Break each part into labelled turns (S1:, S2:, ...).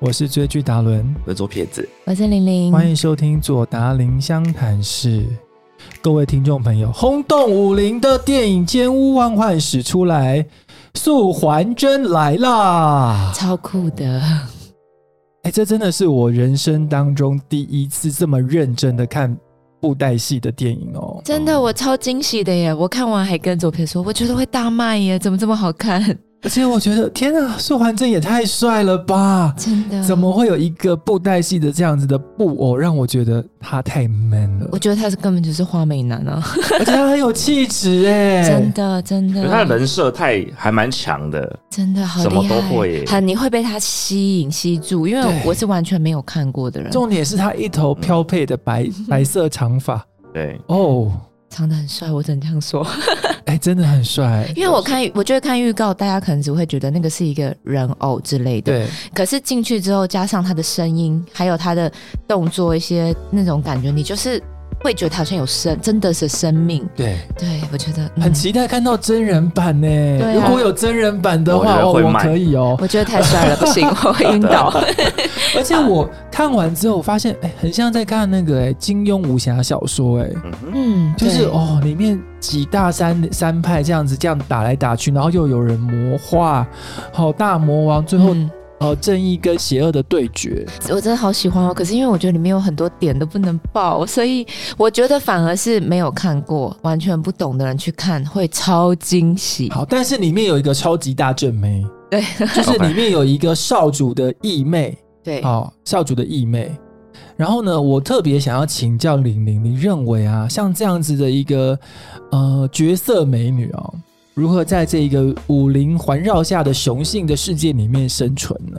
S1: 我是追剧达伦，
S2: 我是左撇子，
S3: 我是玲玲，
S1: 欢迎收听左达林湘潭市。各位听众朋友，轰动武林的电影《奸污万幻使》出来，素还真来啦！
S3: 超酷的，
S1: 哎，这真的是我人生当中第一次这么认真的看布袋戏的电影哦。
S3: 真的，我超惊喜的耶！我看完还跟左撇说，我觉得会大卖耶，怎么这么好 看？
S1: 而且我觉得，天啊，素还真也太帅了吧！
S3: 真的，
S1: 怎么会有一个布袋戏的这样子的布偶，让我觉得他太 man 了
S3: 我，觉得他是根本就是花美男啊！
S1: 而且他很有气质哎、
S3: 真的，真
S2: 可
S3: 的，
S2: 是他的人设太还蛮强的，
S3: 真的好
S2: 什么
S3: 厉害，
S2: 都会耶
S3: 很你会被他吸引吸住，因为
S1: 对
S3: 我是完全没有看过的人，
S1: 重点是他一头飘配的白
S3: 嗯
S1: 白色长发
S2: 对，
S1: 哦，
S3: 长得很帅，我只能这样说。
S1: 哎、真的很帅。
S3: 因为我看，我觉得看预告，大家可能只会觉得那个是一个人偶之类的，
S1: 对，
S3: 可是进去之后，加上他的声音，还有他的动作，一些那种感觉，你就是会觉得他好像有生，真的是生命。
S1: 对，
S3: 对我觉得、嗯
S1: 很，期待看到真人版呢、
S3: 对啊
S1: 如果有真人版的话，哦，
S2: 我觉得
S1: 我
S2: 会卖
S1: 可以哦。
S3: 我觉得太帅了，不行，我会 晕
S1: 啊
S3: 倒。
S2: 啊
S1: 而且我看完之后，我发现哎、很像在看那个哎、金庸武侠小说哎、
S2: 嗯哼，
S3: 嗯，
S1: 就是
S3: 对，
S1: 哦，里面几大山山派这样子这样打来打去，然后又有人魔化，好、大魔王最后、
S3: 嗯
S1: 呃正义跟邪恶的对决，
S3: 我真的好喜欢哦。可是因为我觉得里面有很多点都不能爆，所以我觉得反而是没有看过、完全不懂的人去看会超惊喜。
S1: 好，但是里面有一个超级大正妹，
S3: 对，
S1: 就是里面有一个少主的义妹，
S3: 对，
S1: 哦，少主的义妹。然后呢，我特别想要请教玲玲，你认为啊，像这样子的一个呃角色美女哦，如何在这个武林环绕下的雄性的世界里面生存呢？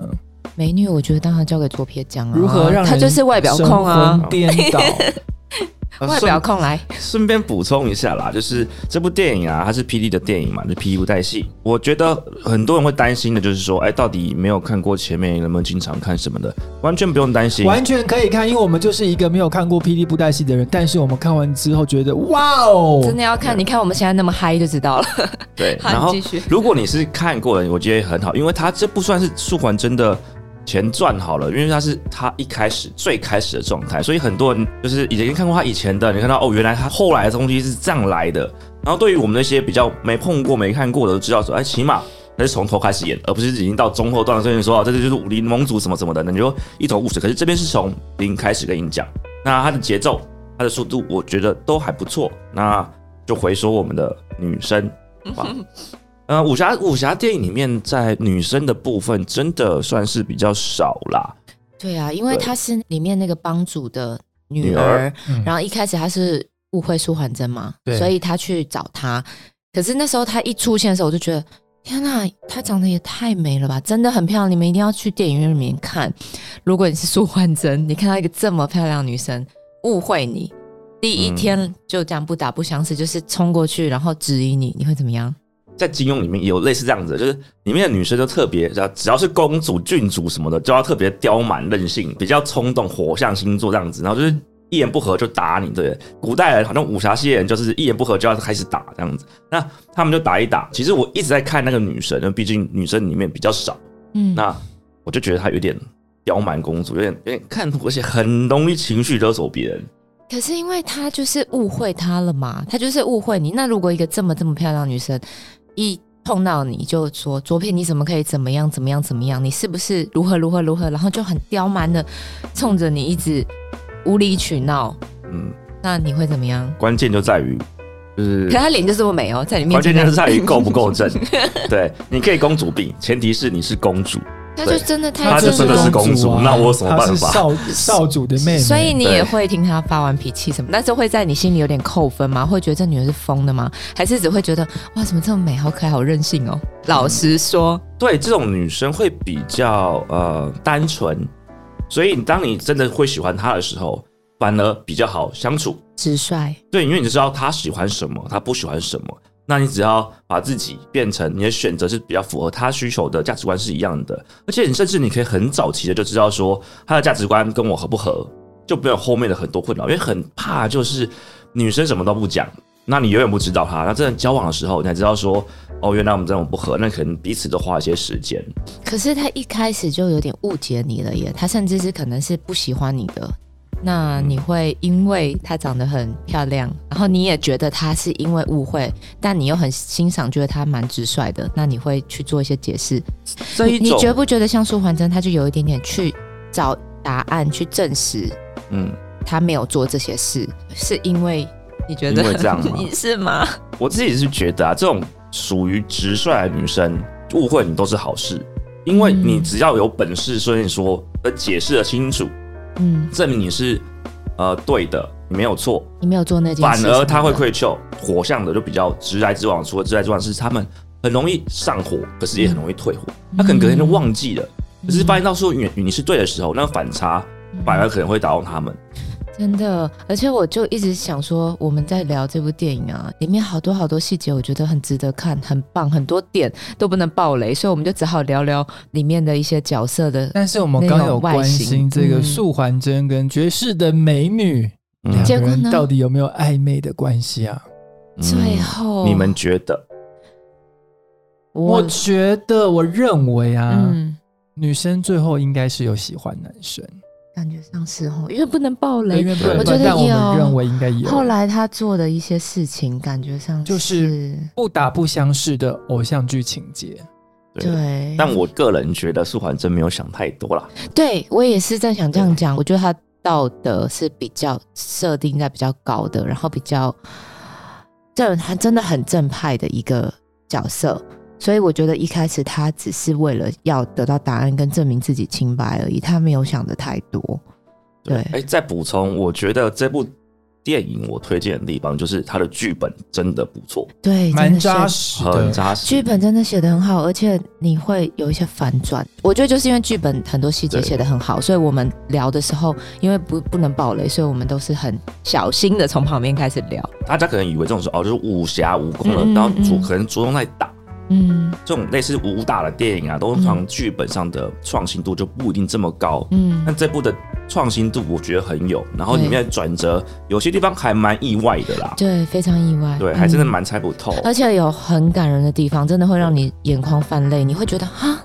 S3: 美女，我觉得当然交给左撇讲啊，
S1: 如何让
S3: 他啊就是外表控啊
S1: 神，魂颠倒？
S2: 呃
S3: 外表控来，
S2: 顺便补充一下啦，就是这部电影啊，它是霹雳的电影嘛，就是霹雳布袋戏。我觉得很多人会担心的，就是说，哎、到底没有看过前面，能不能经常看什么的，完全不用担心。
S1: 完全可以看，因为我们就是一个没有看过《霹雳布袋戏》的人，但是我们看完之后觉得哇哦，
S3: 真的要看。你看我们现在那么嗨就知道了。
S2: 对，
S3: 好
S2: 然后
S3: 你继续
S2: 如果你是看过的，我觉得很好，因为它这不算是素还真的前传好了，因为它是它一开始最开始的状态，所以很多人就是已经看过他以前的，你看到哦，原来他后来的东西是这样来的。然后对于我们那些比较没碰过、没看过的，都知道说，哎，起码那是从头开始演，而不是已经到中后段了。所以你说哦，这就是武林盟主什么什么的，那你就一头雾水。可是这边是从零开始跟你讲，那它的节奏、它的速度，我觉得都还不错。那就回说我们的女生吧。 呃，武侠武侠电影里面，在女生的部分真的算是比较少啦。
S3: 对啊，因为
S2: 对
S3: 她是里面那个帮主的女
S2: 女
S3: 儿，
S2: 儿
S1: 嗯
S3: 然后一开始她是误会舒缓真嘛
S1: 对，
S3: 所以她去找他。可是那时候她一出现的时候，我就觉得天呐，她长得也太美了吧，真的很漂亮！你们一定要去电影院里面看。如果你是舒缓真，你看到一个这么漂亮的女生误会你，第一
S2: 嗯
S3: 天就这样不打不相识，就是冲过去然后质疑你，你会怎么样？
S2: 在金庸里面也有类似这样子的，就是里面的女生就特别，只要只要是公主、郡主什么的，就要特别刁蛮、任性，比较冲动、火象星座这样子，然后就是一言不合就打你。对，古代人好像武侠戏的人就是一言不合就要开始打这样子，那他们就打一打。其实我一直在看那个女神，因为毕竟女生里面比较少，
S3: 嗯，
S2: 那我就觉得她有点刁蛮公主，有点有点看，而且很容易情绪勒索别人。
S3: 可是因为他就是误会他了嘛，他就是误会你。那如果一个这么这么漂亮的女生一碰到你就说左撇你怎么可以怎么样怎么样怎么样，你是不是如何如何如何，然后就很刁蛮的冲着你一直无理取闹，
S2: 嗯，
S3: 那你会怎么样？
S2: 关键就在于，就是
S3: 可他脸就这么美哦，在你面
S2: 关
S3: 前
S2: 键就是在于够不够正。 对，你可以公主病，前提是你是公主。
S3: 他就真的
S2: 她
S3: 太
S2: 就真的是
S3: 了
S2: 公主
S1: 啊
S2: 那我有什么办法
S1: 她是少少主的妹妹，
S3: 所以你也
S2: 对
S3: 会听他发完脾气什么，但是会在你心里有点扣分吗？会觉得这女人是疯的吗？还是只会觉得哇，怎么这么美，好可爱，好任性哦？老实说，
S2: 对，这种女生会比较呃单纯，所以当你真的会喜欢她的时候，反而比较好相处。
S3: 直率，
S2: 对，因为你知道她喜欢什么，她不喜欢什么。那你只要把自己变成你的选择是比较符合她需求的价值观是一样的，而且你甚至你可以很早期的就知道说她的价值观跟我合不合，就不会有后面的很多困扰。因为很怕就是女生什么都不讲，那你永远不知道他。那真的交往的时候，你才知道说，哦，原来我们这种不合，那可能彼此都花一些时间。
S3: 可是他一开始就有点误解你了耶，他甚至是可能是不喜欢你的。那你会因为她长得很漂亮，然后你也觉得她是因为误会，但你又很欣赏，觉得她蛮直率的，那你会去做一些解释。
S2: 这一
S3: 你
S2: 种，
S3: 觉不觉得像舒环真，她就有一点点去找答案，去证实
S2: 嗯，
S3: 她没有做这些事，是因为你觉得
S2: 因为这样吗
S3: 你是吗？
S2: 我自己是觉得啊，这种属于直率的女生误会你都是好事，因为
S3: 嗯
S2: 你只要有本事，所以说呃解释的清楚，
S3: 嗯，
S2: 证明你是呃对的，你没有错，
S3: 你没有做那件事
S2: 反
S3: 情的，
S2: 而他会愧疚。火象的就比较直来直往，除了直来直往是他们很容易上火，可是也很容易退火。
S3: 嗯
S2: 他可能隔天就忘记了，可是发现到说你你是对的时候，那个反差反而可能会打动他们。
S3: 真的，而且我就一直想说，我们在聊这部电影啊，里面好多好多细节，我觉得很值得看，很棒，很多点都不能爆雷，所以我们就只好聊聊里面的一些角色的。
S1: 但是我们刚有关心这
S3: 那种外
S1: 个
S3: 形嗯
S1: 素环真跟爵士的美女，
S2: 嗯
S1: 两
S3: 结
S1: 个
S3: 果
S1: 人
S3: 呢
S1: 到底有没有暧昧的关系啊？
S3: 最后，
S2: 嗯
S3: 嗯
S2: 你们觉得？
S1: 我
S3: 我
S1: 觉得，我认为啊，
S3: 嗯，
S1: 女生最后应该是有喜欢男生，
S3: 感觉像是哦，因为不能爆
S1: 因
S3: 雷。
S1: 为不能
S2: 我
S3: 觉得
S1: 但我们
S3: 有
S1: 认为应该有。
S3: 后来他做的一些事情，感觉像
S1: 就是不打不相识的偶像剧情节，
S3: 对，
S2: 但我个人觉得素环真没有想太多啦。
S3: 对我也是在想这样讲，我觉得他道德是比较设定在比较高的，然后比较正，他真的很正派的一个角色。所以我觉得一开始他只是为了要得到答案跟证明自己清白而已，他没有想的太多。对
S2: 哎、再补充，我觉得这部电影我推荐的地方就是它的剧本真的不错，
S3: 对，真
S1: 蛮
S3: 的是
S1: 扎实
S2: 很
S1: 的。
S2: 扎实。
S3: 剧本真的写得很好，而且你会有一些反转。我觉得就是因为剧本很多细节
S2: 对
S3: 写得很好，所以我们聊的时候，因为不不能暴雷，所以我们都是很小心的从旁边开始聊。
S2: 大家可能以为这种是哦，就是武侠武功了，
S3: 嗯嗯
S2: 然后主
S3: 嗯
S2: 可能着重在打
S3: 嗯
S2: 这种类似武打的电影啊，通常剧本上的创新度就不一定这么高。
S3: 嗯
S2: 但这部的创新度我觉得很有，然后里面的转折有些地方还蛮意外的啦，
S3: 对，非常意外，
S2: 对，还真的
S3: 嗯、
S2: 蛮猜不透。
S3: 而且有很感人的地方，真的会让你眼眶泛泪，你会觉得哈，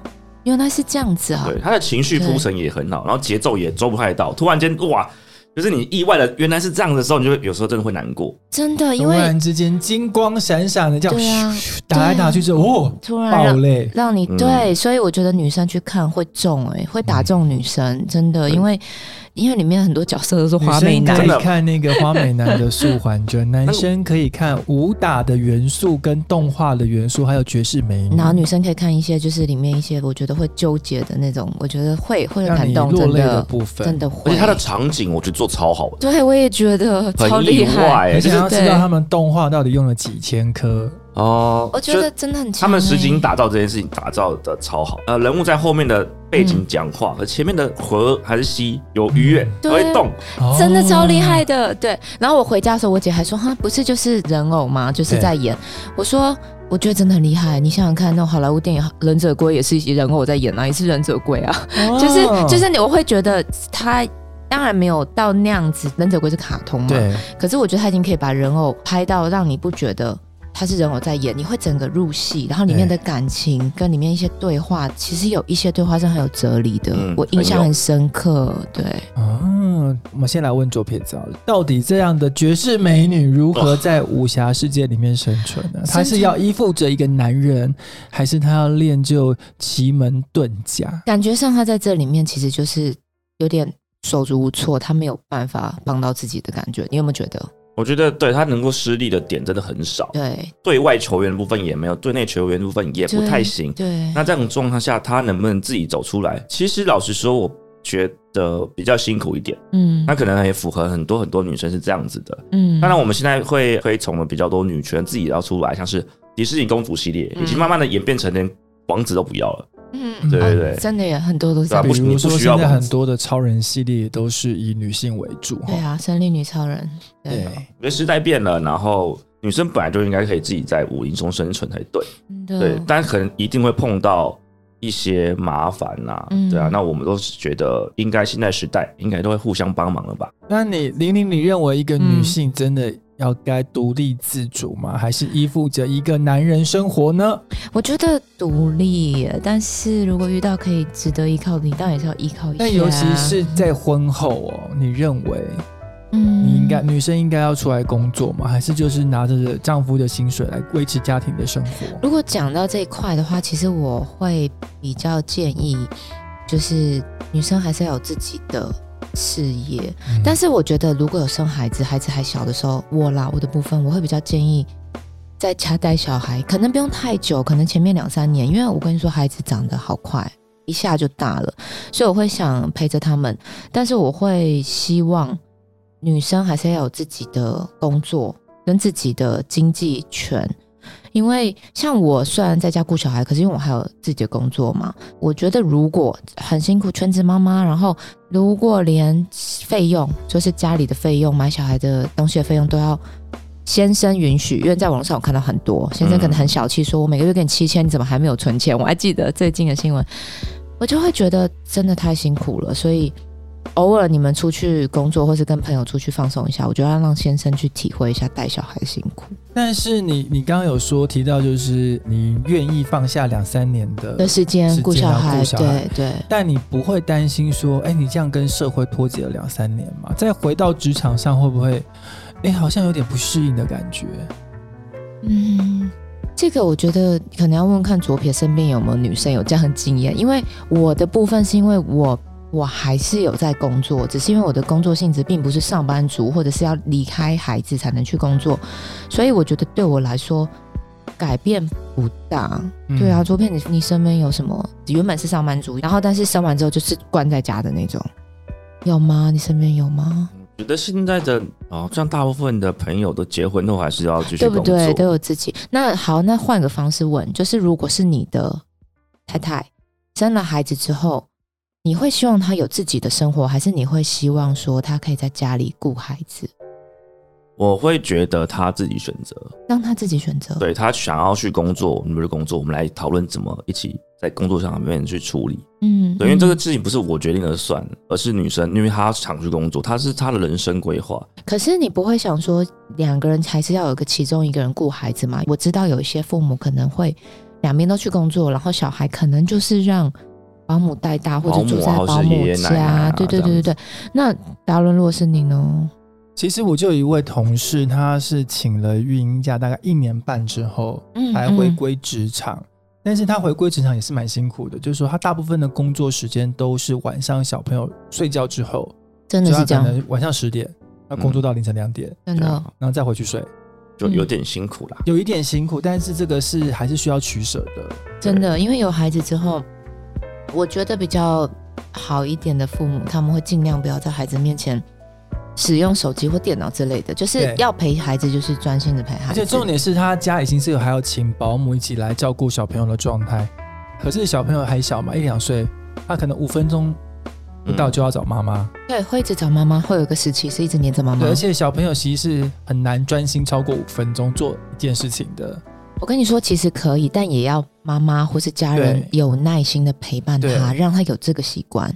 S3: 原来是这样子啊，
S2: 对，他的情绪铺陈也很好，然后节奏也抓不太到，突然间哇，就是你意外的原来是这样的时候，你就会有时候真的会难过。
S3: 真的，因
S1: 突
S3: 为
S1: 然之间金光闪闪的，这样
S3: 对啊
S1: 咻咻打来打去之后，哦，
S3: 突然
S1: 爆
S3: 让
S1: 泪。
S3: 让你
S2: 嗯
S3: 对，所以我觉得女生去看会中哎、会打中女生，真的，因为因为里面很多角色都是
S1: 女
S3: 华美
S1: 生可
S3: 男
S1: 以
S2: 真，的
S1: 看那个花美男的素环真，男生可以看武打的元素、跟动画的元素，还有爵士美女
S3: 然，后女生可以看一些就是里面一些我觉得会纠结的那种，我觉得会会
S1: 让
S3: 感
S1: 你
S3: 动，
S1: 落
S3: 真
S1: 泪的
S3: 的
S1: 部分。
S3: 真的
S2: 而
S3: 会
S2: 且。他的场景我觉得做超好的，
S3: 对，我也觉得超
S2: 很
S3: 厉
S2: 意
S3: 害，
S2: 外、
S1: 而且
S2: 就是
S1: 要知道
S3: 对
S1: 他们动画到底用了几千颗，
S2: 哦，
S3: 我觉
S2: 就
S3: 得真的很强欸、
S2: 他们实景打造这件事情打造的超好，呃，人物在后面的背景
S3: 嗯
S2: 讲话，而前面的河还是溪有鱼眼
S3: 对
S2: 会动，
S1: 哦
S3: 真的超厉害
S2: 哦
S3: 的，对。然后我回家的时候，我姐还说：“哈，不是就是人偶吗？就是在演。”我说：“我觉得真的很厉害，你想想看，那种好莱坞电影《忍者龟》也是人偶在演啊，也是忍者龟啊，
S1: 哦
S3: 就是就是你我会觉得他当然没有到那样子，忍者龟是卡通嘛，
S1: 对，
S3: 可是我觉得他已经可以把人偶拍到让你不觉得他是人偶在演，你会整个入戏，然后里面的感情跟里面一些对话，其实有一些对话是很有哲理的，
S2: 嗯
S3: 我印象
S2: 很有
S3: 很深刻。对，
S1: 嗯，我们先来问左撇子好了，到底这样的绝世美女如何在武侠世界里面生存呢？她是要依附着一个男人，还是她要练就奇门遁甲？
S3: 感觉上他在这里面其实就是有点手足无措，他没有办法帮到自己的感觉。你有没有觉得？
S2: 我觉得对他能够失利的点真的很少，
S3: 对
S2: 对外球员的部分也没有，对内球员的部分也不太行。
S3: 对，
S2: 那这种状况下，他能不能自己走出来？其实老实说，我觉得比较辛苦一点。
S3: 嗯
S2: 那可能也符合很多很多女生是这样子的。
S3: 嗯
S2: 当然，我们现在会推崇的比较多女权自己要出来，像是迪士尼公主系列，
S3: 嗯
S2: 已经慢慢的演变成连王子都不要了。
S3: 嗯
S2: 对对对
S3: 啊真的也很多都是这样
S2: 对啊不
S1: 比如
S2: 你
S1: 说
S2: 不需
S1: 现
S2: 要
S1: 在很多的超人系列都是以女性为主，
S3: 对啊，神力女超人，
S1: 吼，
S3: 对，啊
S1: 对，
S2: 我觉得时代变了，然后女生本来就应该可以自己在武林中生存才对。
S3: 真的
S2: 对，但可能一定会碰到一些麻烦呐、
S3: 嗯
S2: 对啊，那我们都是觉得应该现在时代应该都会互相帮忙了吧？
S3: 嗯
S1: 那你玲玲，你认为一个女性真的要该独立自主吗？还是依附着一个男人生活呢？
S3: 我觉得独立，但是如果遇到可以值得依靠的，你当然也是要依靠一下。啊
S1: 但尤其是在婚后哦，你认为
S3: 嗯，
S1: 你应该、女生应该要出来工作吗？还是就是拿着丈夫的薪水来维持家庭的生活？
S3: 如果讲到这一块的话，其实我会比较建议，就是女生还是要有自己的事业。
S1: 嗯
S3: 但是我觉得，如果有生孩子，孩子还小的时候，我啦我的部分，我会比较建议在家带小孩，可能不用太久，可能前面两三年，因为我跟你说，孩子长得好快，一下就大了，所以我会想陪着他们，但是我会希望女生还是要有自己的工作跟自己的经济权。因为像我虽然在家顾小孩，可是因为我还有自己的工作嘛，我觉得如果很辛苦全职妈妈，然后如果连费用，就是家里的费用、买小孩的东西的费用都要先生允许，因为在网络上我看到很多先生可能很小气，说我每个月给你七千，你怎么还没有存钱？我还记得最近的新闻，我就会觉得真的太辛苦了，所以。偶尔你们出去工作，或是跟朋友出去放松一下，我觉得要让先生去体会一下带小孩的辛苦。
S1: 但是你你刚刚有说提到，就是你愿意放下两三年的
S3: 的时间
S1: 时
S3: 顾
S1: 间
S3: 小
S1: 要顾
S3: 孩，
S1: 小
S3: 对
S1: 孩
S3: 对，
S1: 但你不会担心说，哎、你这样跟社会脱节了两三年嘛？再回到职场上，会不会，哎、好像有点不适应的感觉？
S3: 嗯，这个我觉得可能要问问看左撇身边有没有女生有这样的经验，因为我的部分是因为我我还是有在工作，只是因为我的工作性质并不是上班族，或者是要离开孩子才能去工作，所以我觉得对我来说改变不大。
S1: 嗯
S3: 对啊，，左撇你你身边有什么原本是上班族，然后但是生完之后就是关在家的那种，有吗？你身边有吗？
S2: 觉得现在的哦，像大部分的朋友都结婚后还是要继续
S3: 对不
S2: 工作，
S3: 对？都有自己。那好，那换个方式问，就是如果是你的太太生了孩子之后，你会希望她有自己的生活，还是你会希望说她可以在家里顾孩子，
S2: 我会觉得他自己选择，
S3: 让她自己选择？
S2: 对他想要去工作，我们就工作，我们来讨论怎么一起在工作上面去处理。
S3: 嗯，
S2: 对，因为
S3: 嗯
S2: 这个事情不是我决定的算，而是女生，因为她想去工作，她是她的人生规划。
S3: 可是你不会想说两个人还是要有一个其中一个人顾孩子嘛？我知道有一些父母可能会两边都去工作，然后小孩可能就是让保姆带大，或者住在
S2: 保姆啊
S3: 保
S2: 或是爷
S3: 姆
S2: 爷
S3: 家。
S2: 奶奶啊
S3: 对对
S2: 这
S3: 对
S2: 样
S3: 对对。那达伦，如果是你呢？
S1: 其实我就有一位同事，他是请了育婴假大概一年半之后
S3: 嗯
S1: 才回
S3: 嗯
S1: 归职场。但是他回归职场也是蛮辛苦的，就是说他大部分的工作时间都是晚上小朋友睡觉之后，
S3: 真
S1: 所以
S3: 的
S1: 他
S3: 是这
S1: 可
S3: 样，
S1: 能晚上十点，他工作到凌晨两点，
S3: 真
S2: 对
S3: 的
S2: 啊，
S1: 然后再回去睡，
S3: 嗯
S2: 就有点辛苦啦。
S1: 有一点辛苦，但是这个是还是需要取舍的。
S3: 真的，因为有孩子之后，我觉得比较好一点的父母，他们会尽量不要在孩子面前使用手机或电脑之类的，就是
S1: 对
S3: 要陪孩子，就是专心的陪孩
S1: 而
S3: 子。
S1: 且重点是他家已经是有还要请保姆一起来照顾小朋友的状态，可是小朋友还小嘛，一两岁，他可能五分钟不
S2: 嗯
S1: 到就要找妈妈。
S3: 对，会一直找妈妈，会有一个时期是一直黏着妈妈
S1: 对，而。且小朋友其实是很难专心超过五分钟做一件事情的。
S3: 我跟你说，其实可以，但也要妈妈或是家人
S1: 对
S3: 有耐心的陪伴他，
S1: 对
S3: 让他有这个习惯。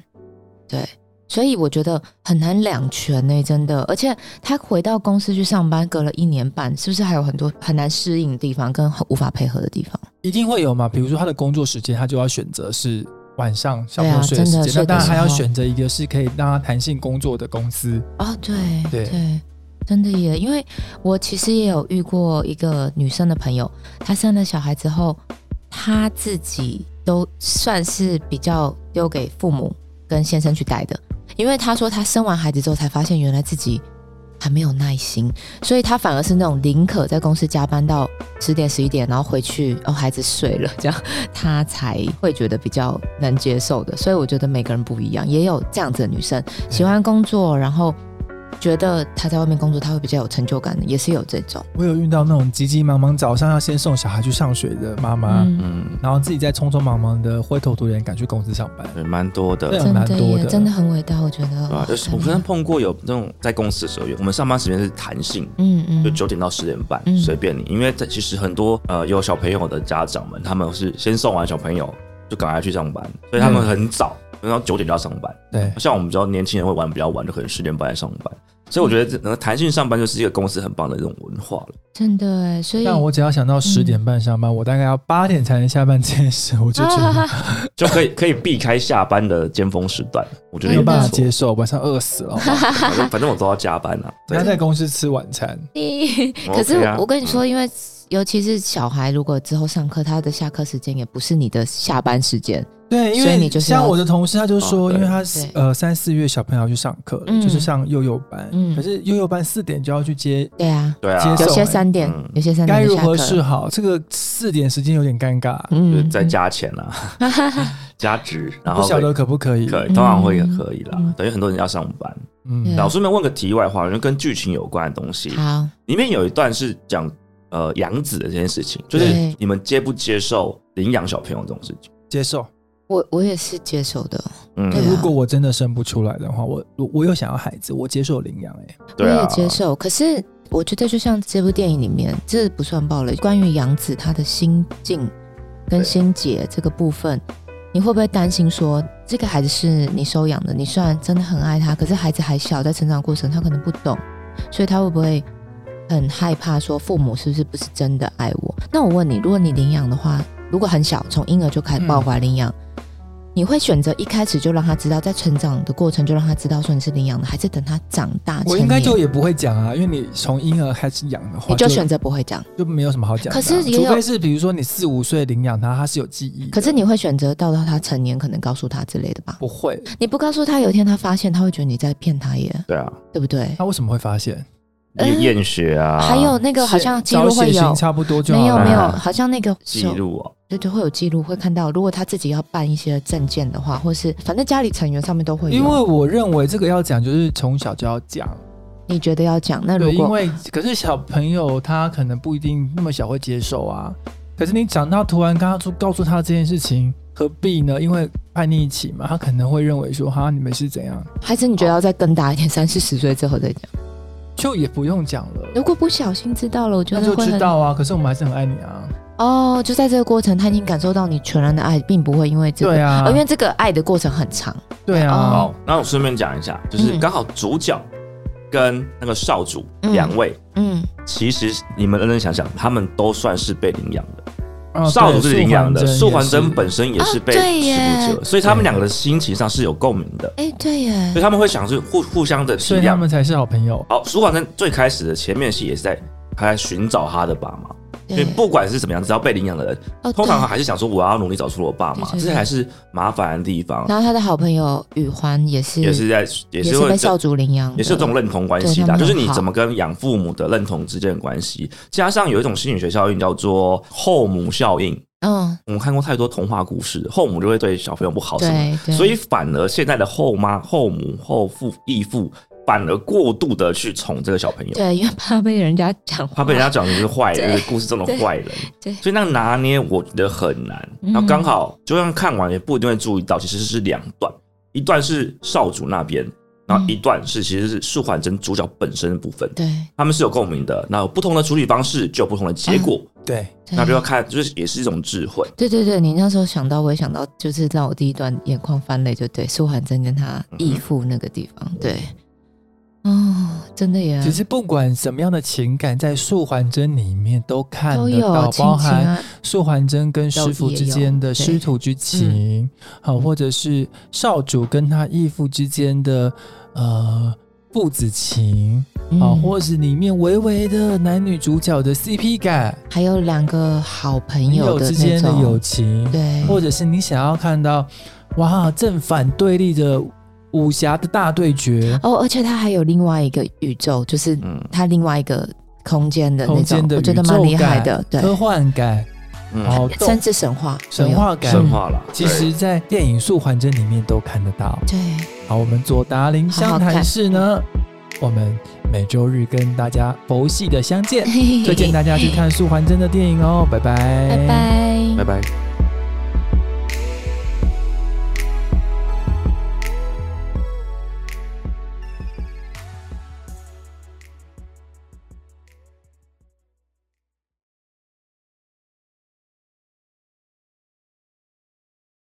S3: 对，所以我觉得很难两全呢、真的。而且他回到公司去上班，隔了一年半，是不是还有很多很难适应的地方，跟很无法配合的地方？
S1: 一定会有嘛？比如说他的工作时间，他就要选择是晚上小朋友
S3: 对啊
S1: 睡的
S3: 真的
S1: 时间，那
S3: 睡的
S1: 当然
S3: 时
S1: 还要
S3: 候
S1: 选择一个是可以让他弹性工作的公司。
S3: 哦，对
S1: 对
S3: 真的耶，因为我其实也有遇过一个女生的朋友，她生了小孩之后，她自己都算是比较丢给父母跟先生去带的，因为她说她生完孩子之后才发现，原来自己还没有耐心，所以她反而是那种宁可在公司加班到十点十一点，然后回去哦孩子睡了这样，她才会觉得比较能接受的。所以我觉得每个人不一样，也有这样子的女生喜欢工作，然后觉得她在外面工作她会比较有成就感的，也是有这种。
S1: 我有遇到那种急急忙忙早上要先送小孩去上学的妈妈，
S3: 嗯
S2: 嗯，
S1: 然后自己再匆匆忙忙的灰头土脸赶去公司上班。
S2: 对，蛮多的，
S1: 对
S2: 对
S1: 啊
S3: 真
S1: 蛮
S3: 的
S1: 多
S3: 耶，
S1: 的
S3: 真的很伟大，我觉得。
S2: 吧？啊就是我可能碰过有那种在公司的时候，有我们上班时间是弹性。
S3: 嗯嗯，
S2: 就九点到十点半，
S3: 嗯
S2: 随便你，因为这其实很多呃有小朋友的家长们，他们是先送完小朋友就赶快去上班，所以他
S1: 嗯
S2: 们很早，然后九点就要上班。
S1: 对，
S2: 像我们比较年轻人会玩比较晚，就可能十点半来上班。所以我觉得这弹性上班就是一个公司很棒的这种文化了。
S3: 真的哎，所以
S1: 但我只要想到十点半上班，我大概要八点才能下班这件事，我就觉得
S3: 啊
S2: 就 可以可以避开下班的尖峰时段，我觉得
S1: 没
S2: 也
S1: 有
S2: 不
S1: 办法
S2: 错
S1: 接受，晚上饿死了。好吗
S2: 反正反正我都要加班 啊。对
S1: 然后在公司吃晚餐，
S3: 你
S2: 我
S3: 可是
S2: OK 啊
S3: 我跟你说，因为尤其是小孩，如果之后上课，他的下课时间也不是你的下班时间，
S1: 对，因
S3: 所以
S1: 为
S3: 你就是要
S1: 像我的同事，他就
S2: 哦
S1: 说，
S2: 对
S1: 因为他是
S3: 对
S1: 呃三四月小朋友要去上课了，
S3: 嗯
S1: 就是上幼幼班，
S3: 嗯
S1: 可是幼幼班四点就要去接，
S3: 对啊，
S2: 对啊
S1: 接，受
S3: 有些三点
S2: 嗯，
S3: 有些三
S1: 该
S3: 点就
S1: 如
S3: 下课
S1: 何
S3: 了
S1: 是好？这个四点时间有点尴尬，
S2: 就是
S3: 嗯
S2: 再加钱啦， 加值，然后
S1: 不晓
S2: 可以
S1: 得可不可以？
S2: 可以，当然会
S3: 嗯
S2: 可以啦
S3: 嗯。
S2: 等于很多人要上班。
S1: 嗯
S3: 对
S2: 老顺便问个题外话，因为跟剧情有关的东西，
S3: 好，
S2: 里面有一段是讲呃养子的这件事情，就是
S3: 对
S2: 你们接不接受领养小朋友这种事情？
S1: 接受。
S3: 我我也是接受的，
S2: 嗯
S3: 对
S1: 那
S3: 啊
S1: 如果我真的生不出来的话，我我我又想要孩子，我接受领养哎、
S3: 我
S2: 对啊
S3: 也接受。可是我觉得，就像这部电影里面，这不算暴雷，关于杨紫她的心境跟
S2: 对
S3: 心结这个部分，你会不会担心说，这个孩子是你收养的，你虽然真的很爱他，可是孩子还小，在成长过程他可能不懂，所以他会不会很害怕说父母是不是不是真的爱我？那我问你，如果你领养的话，如果很小，从婴儿就开始抱怀
S2: 嗯
S3: 领养。你会选择一开始就让他知道，在成长的过程就让他知道说你是领养的，还是等他长大？
S1: 我应该
S3: 成年
S1: 就也不会讲啊，因为你从婴儿开始养的话，
S3: 你就选择不会讲。
S1: 就没有什么好讲的啊、
S3: 可是也有
S1: 除非是比如说你四五岁领养他，他是有记忆的，
S3: 可是你会选择到到他成年，可能告诉他之类的吧？
S1: 不会，
S3: 你不告诉他，有一天他发现，他会觉得你在骗他耶，
S2: 对啊，
S3: 对不对？
S1: 他为什么会发现？
S2: 验验血啊，
S3: 还有那个好像记
S1: 早
S3: 录会
S1: 血型
S3: 有，
S1: 差不多就好
S3: 没有
S1: 了。
S3: 没有，
S2: 啊
S3: 好像那个
S2: 记录啊，
S3: 对对，会有记录，会看到。如果他自己要办一些证件的话，或是反正家里成员上面都会有。
S1: 因为我认为这个要讲，就是从小就要讲。
S3: 你觉得要讲，那
S1: 对，
S3: 如
S1: 因
S3: 果
S1: 为可是小朋友他可能不一定那么小会接受啊。可是你长大突然跟他说告诉他这件事情，何必呢？因为叛逆期嘛，他可能会认为说哈你们是怎样，
S3: 还是你觉得要再更大一点，三四十岁之后再讲。
S1: 就也不用讲了，
S3: 如果不小心知道了，我觉
S1: 那
S3: 得
S1: 就
S3: 会
S1: 知
S3: 很
S1: 道啊。可是我们还是很爱你啊。
S3: 哦。就在这个过程，他已经感受到你全然的爱，并不会因为这个，
S1: 对啊
S3: 哦因为这个爱的过程很长。
S1: 对啊，
S3: 哦
S2: 好，那我顺便讲一下，就是
S3: 嗯
S2: 刚好主角跟那个少主
S3: 嗯
S2: 两位，
S3: 嗯，
S2: 其实你们认真想想，他们都算是被领养的。
S1: 哦
S2: 少主是领养的，
S1: 对
S2: 素还真
S1: 也是
S2: 本身也是被
S3: 啊对耶
S2: 欺负者，所以他们两个的心情上是有共鸣的，
S3: 哎，对耶
S2: 所以，他们会想是互互相的体
S1: 所以他
S2: 谅。
S1: 们才是好朋友。
S2: 好，舒缓真最开始的前面戏也是在他在寻找他的爸妈，所以
S3: 对
S2: 不管是怎么样，只要被领养的人，
S3: 哦
S2: 通常
S3: 对
S2: 还是想说我要努力找出我爸妈，
S3: 对对对
S2: 这才是麻烦的地方，
S3: 然后他的好朋友宇欢也是
S2: 也是在也
S3: 也
S2: 是
S3: 是
S2: 会
S3: 被少主领养的，
S2: 也是有这种认同关系
S3: 对
S2: 的啊，
S3: 他们
S2: 就是你
S3: 很好
S2: 怎么跟养父母的认同之间的关系，加上有一种心理学效应叫做后母效应。
S3: 嗯，
S2: 我们看过太多童话故事，后母就会对小朋友不好什么
S3: 对
S2: 的，
S3: 对，
S2: 哦所以反而现在的后妈、后母、后父、义父反而过度的去宠这个小朋友，
S3: 对，因为怕被人家讲话，
S2: 怕被人家讲你是坏人，就是故事中的坏人，
S3: 对
S2: 所以那个拿捏我觉得很难。
S3: 嗯
S2: 然后刚好就算看完也不一定会注意到，其实是两段，一段是少主那边，
S3: 嗯
S2: 然后一段是其实是素还真主角本身的部分，
S3: 对
S2: 他们是有共鸣的，那有不同的处理方式就有不同的结果，
S1: 对，
S3: 嗯对
S2: 那就要看，就是也是一种智慧。
S3: 对对对，你那时候想到，我也想到，就是让我第一段眼眶翻泪，就对，苏涵真
S2: 嗯
S3: 跟他义父那个地方，对，哦，真的耶，
S1: 其实不管什么样的情感，在素还真里面都看
S3: 都
S1: 得
S3: 有
S1: 到，
S3: 亲
S1: 包
S3: 情
S1: 含
S3: 啊，
S1: 素还真跟师傅之间的师徒之情，好，或者是少主跟他义父之间的呃父子情，
S2: 哦
S1: 好，
S3: 嗯
S1: 或者是里面微微的男女主角的 CP 感，
S3: 还有两个好朋
S1: 朋
S3: 友
S1: 友
S3: 的
S1: 之
S3: 那
S1: 间的
S3: 种
S1: 友情，
S3: 对，
S1: 或者是你想要看到哇正反对立的武侠的大对决，
S3: 哦，而且他还有另外一个宇宙，就是
S2: 嗯
S3: 他另外一个空间的哦那
S1: 空
S3: 种
S1: 间，的
S3: 我觉得
S1: 宇宙
S3: 蛮厉害
S1: 感
S3: 的，对，
S1: 科幻感，
S2: 嗯，
S1: 好动
S3: 甚至神话都
S1: 神
S3: 有，
S1: 话感
S2: 神。话啦，
S1: 其实，在电影《素还真》里面都看得到。
S3: 嗯对，
S1: 好，我们左达林
S3: 好
S1: 湘
S3: 好
S1: 潭
S3: 看
S1: 市呢，我们每周日跟大家佛系的相见，推荐大家去看《素还真》的电影哦，拜拜，
S3: 拜拜
S2: 对拜拜。